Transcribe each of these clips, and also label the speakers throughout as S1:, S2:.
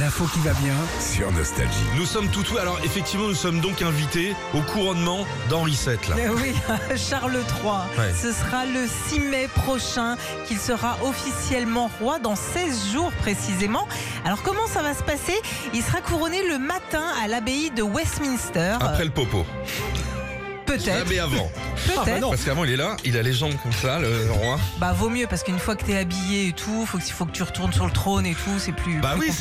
S1: L'info qui va bien sur Nostalgie.
S2: Nous sommes tout oui. Alors effectivement, nous sommes donc invités au couronnement d'Henri VII. Là.
S3: Eh oui, Charles III.
S2: Ouais.
S3: Ce sera le 6 mai prochain qu'il sera officiellement roi dans 16 jours précisément. Alors comment ça va se passer Il sera couronné le matin à l'abbaye de Westminster.
S2: Après le popo. Ah,
S3: Euh, Peut-être,
S2: Mais avant.
S3: peut-être.
S1: bah non.
S2: Parce qu'avant, il est là, il a les jambes comme ça, le roi.
S3: bah vaut mieux parce qu'une fois que t'es habillé et tout, faut que, faut que tu retournes sur le trône et tout, c'est plus
S2: Bah
S3: plus,
S2: oui,
S3: com-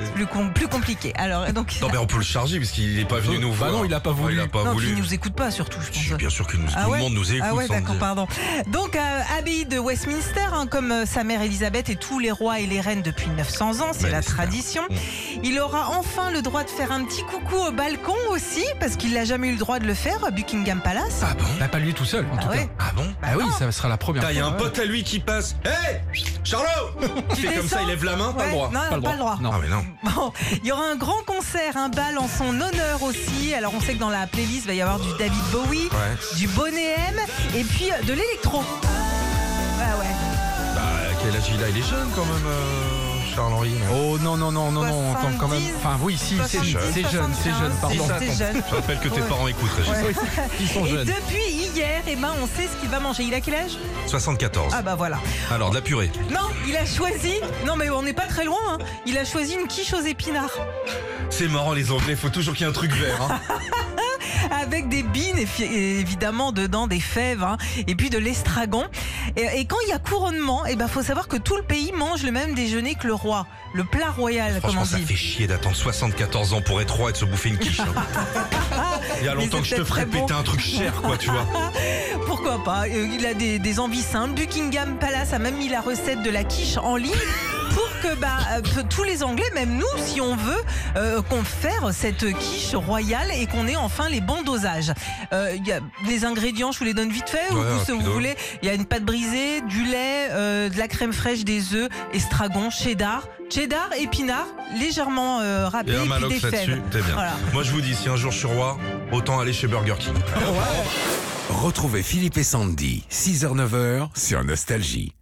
S2: c'est.
S3: plus, com- plus compliqué. Alors donc
S2: Non, mais on peut le charger parce qu'il n'est pas venu nous
S1: Bah
S2: voir.
S1: non, il a pas voulu.
S2: il a pas
S3: non,
S2: voulu.
S3: qu'il nous écoute pas surtout, je
S2: Si,
S3: pense.
S2: bien sûr que nous,
S3: Ah
S2: tout
S3: ouais
S2: le monde nous écoute.
S3: Ah ouais,
S2: sans
S3: d'accord,
S2: dire.
S3: pardon. Donc, euh, abbaye de Westminster, hein, comme euh, sa mère Elisabeth et tous les rois et les reines depuis 900 ans, c'est la
S2: Magnifique.
S3: tradition.
S2: Mmh.
S3: Il aura enfin le droit de faire un petit coucou au balcon aussi, parce qu'il n'a jamais eu le droit de le faire à Buckingham Palace.
S2: Ah bon
S1: Bah, pas lui tout seul, en
S3: Ah
S1: tout
S3: ouais.
S1: cas.
S2: Ah bon
S1: Ah oui, ça sera la première fois.
S2: Putain, il y a un
S1: ouais.
S2: pote à lui qui passe. Hé Charlot Il fait comme
S3: descends
S2: ça, il lève la main, pas
S3: Ouais,
S2: le droit.
S3: Non,
S1: Pas le droit. Non.
S2: Ah mais non.
S3: Bon, il y aura un grand concert, un bal en son honneur aussi. Alors, on sait que dans la playlist, il va y avoir du David Bowie,
S2: Ouais.
S3: du Bonnet M, et puis euh, de l'électro. Ouais, ouais.
S2: Bah quel âge il a Il est jeune quand même, euh, Charles-Henri.
S1: Oh non, non, non, non, non, attends quand même.
S3: 70,
S1: Enfin, oui, si, c'est
S3: 70,
S1: jeune, c'est jeune, c'est jeune,
S3: 75,
S1: pardon.
S3: c'est jeune.
S2: Je rappelle que tes
S3: Ouais.
S2: parents écoutent, Régis.
S3: Ouais.
S1: Oui, Ils sont
S3: Et
S1: jeunes.
S3: depuis hier, eh ben, on sait ce qu'il va manger. Il a quel âge
S2: 74.
S3: Ah bah voilà.
S2: Alors, de la purée.
S3: Non, il a choisi. Non mais on n'est pas très loin. hein. Il a choisi une quiche aux épinards
S2: C'est marrant, les Anglais, faut toujours qu'il y ait un truc vert. hein.
S3: avec des bines et fi- et évidemment dedans des fèves hein, et puis de l'estragon. Et, et quand il y a couronnement, eh ben faut savoir que tout le pays mange le même déjeuner que le roi, le plat royal, comme on
S2: Franchement, ça
S3: dit.
S2: fait chier d'attendre 74 ans pour être roi et de se bouffer une quiche. hein. Il y a
S3: Mais
S2: longtemps
S3: c'est
S2: que je te
S3: peut-être
S2: ferais
S3: très bon.
S2: péter un truc cher, quoi, tu vois.
S3: Pourquoi pas Euh, Il a des, des envies simples. Buckingham Palace a même mis la recette de la quiche en ligne pour que bah, euh, que tous les Anglais, même nous, si on veut, euh, qu'on fasse cette quiche royale et qu'on ait enfin les bons dosages. Euh, Il y a les ingrédients, je vous les donne vite fait, ou
S2: Ouais,
S3: vous, si vous
S2: rapido.
S3: voulez. Il y a une pâte brisée, du lait, euh, de la crème fraîche, des œufs, estragon, cheddar, cheddar, épinard, légèrement euh, râpé,
S2: Et un
S3: et puis des
S2: malox là-dessus,
S3: fèves.
S2: t'es bien.
S3: Voilà.
S2: Moi, je vous dis, si un jour je suis roi, autant aller chez Burger King.
S1: Ouais.
S4: Retrouvez Philippe et Sandy, 6h-9h sur Nostalgie.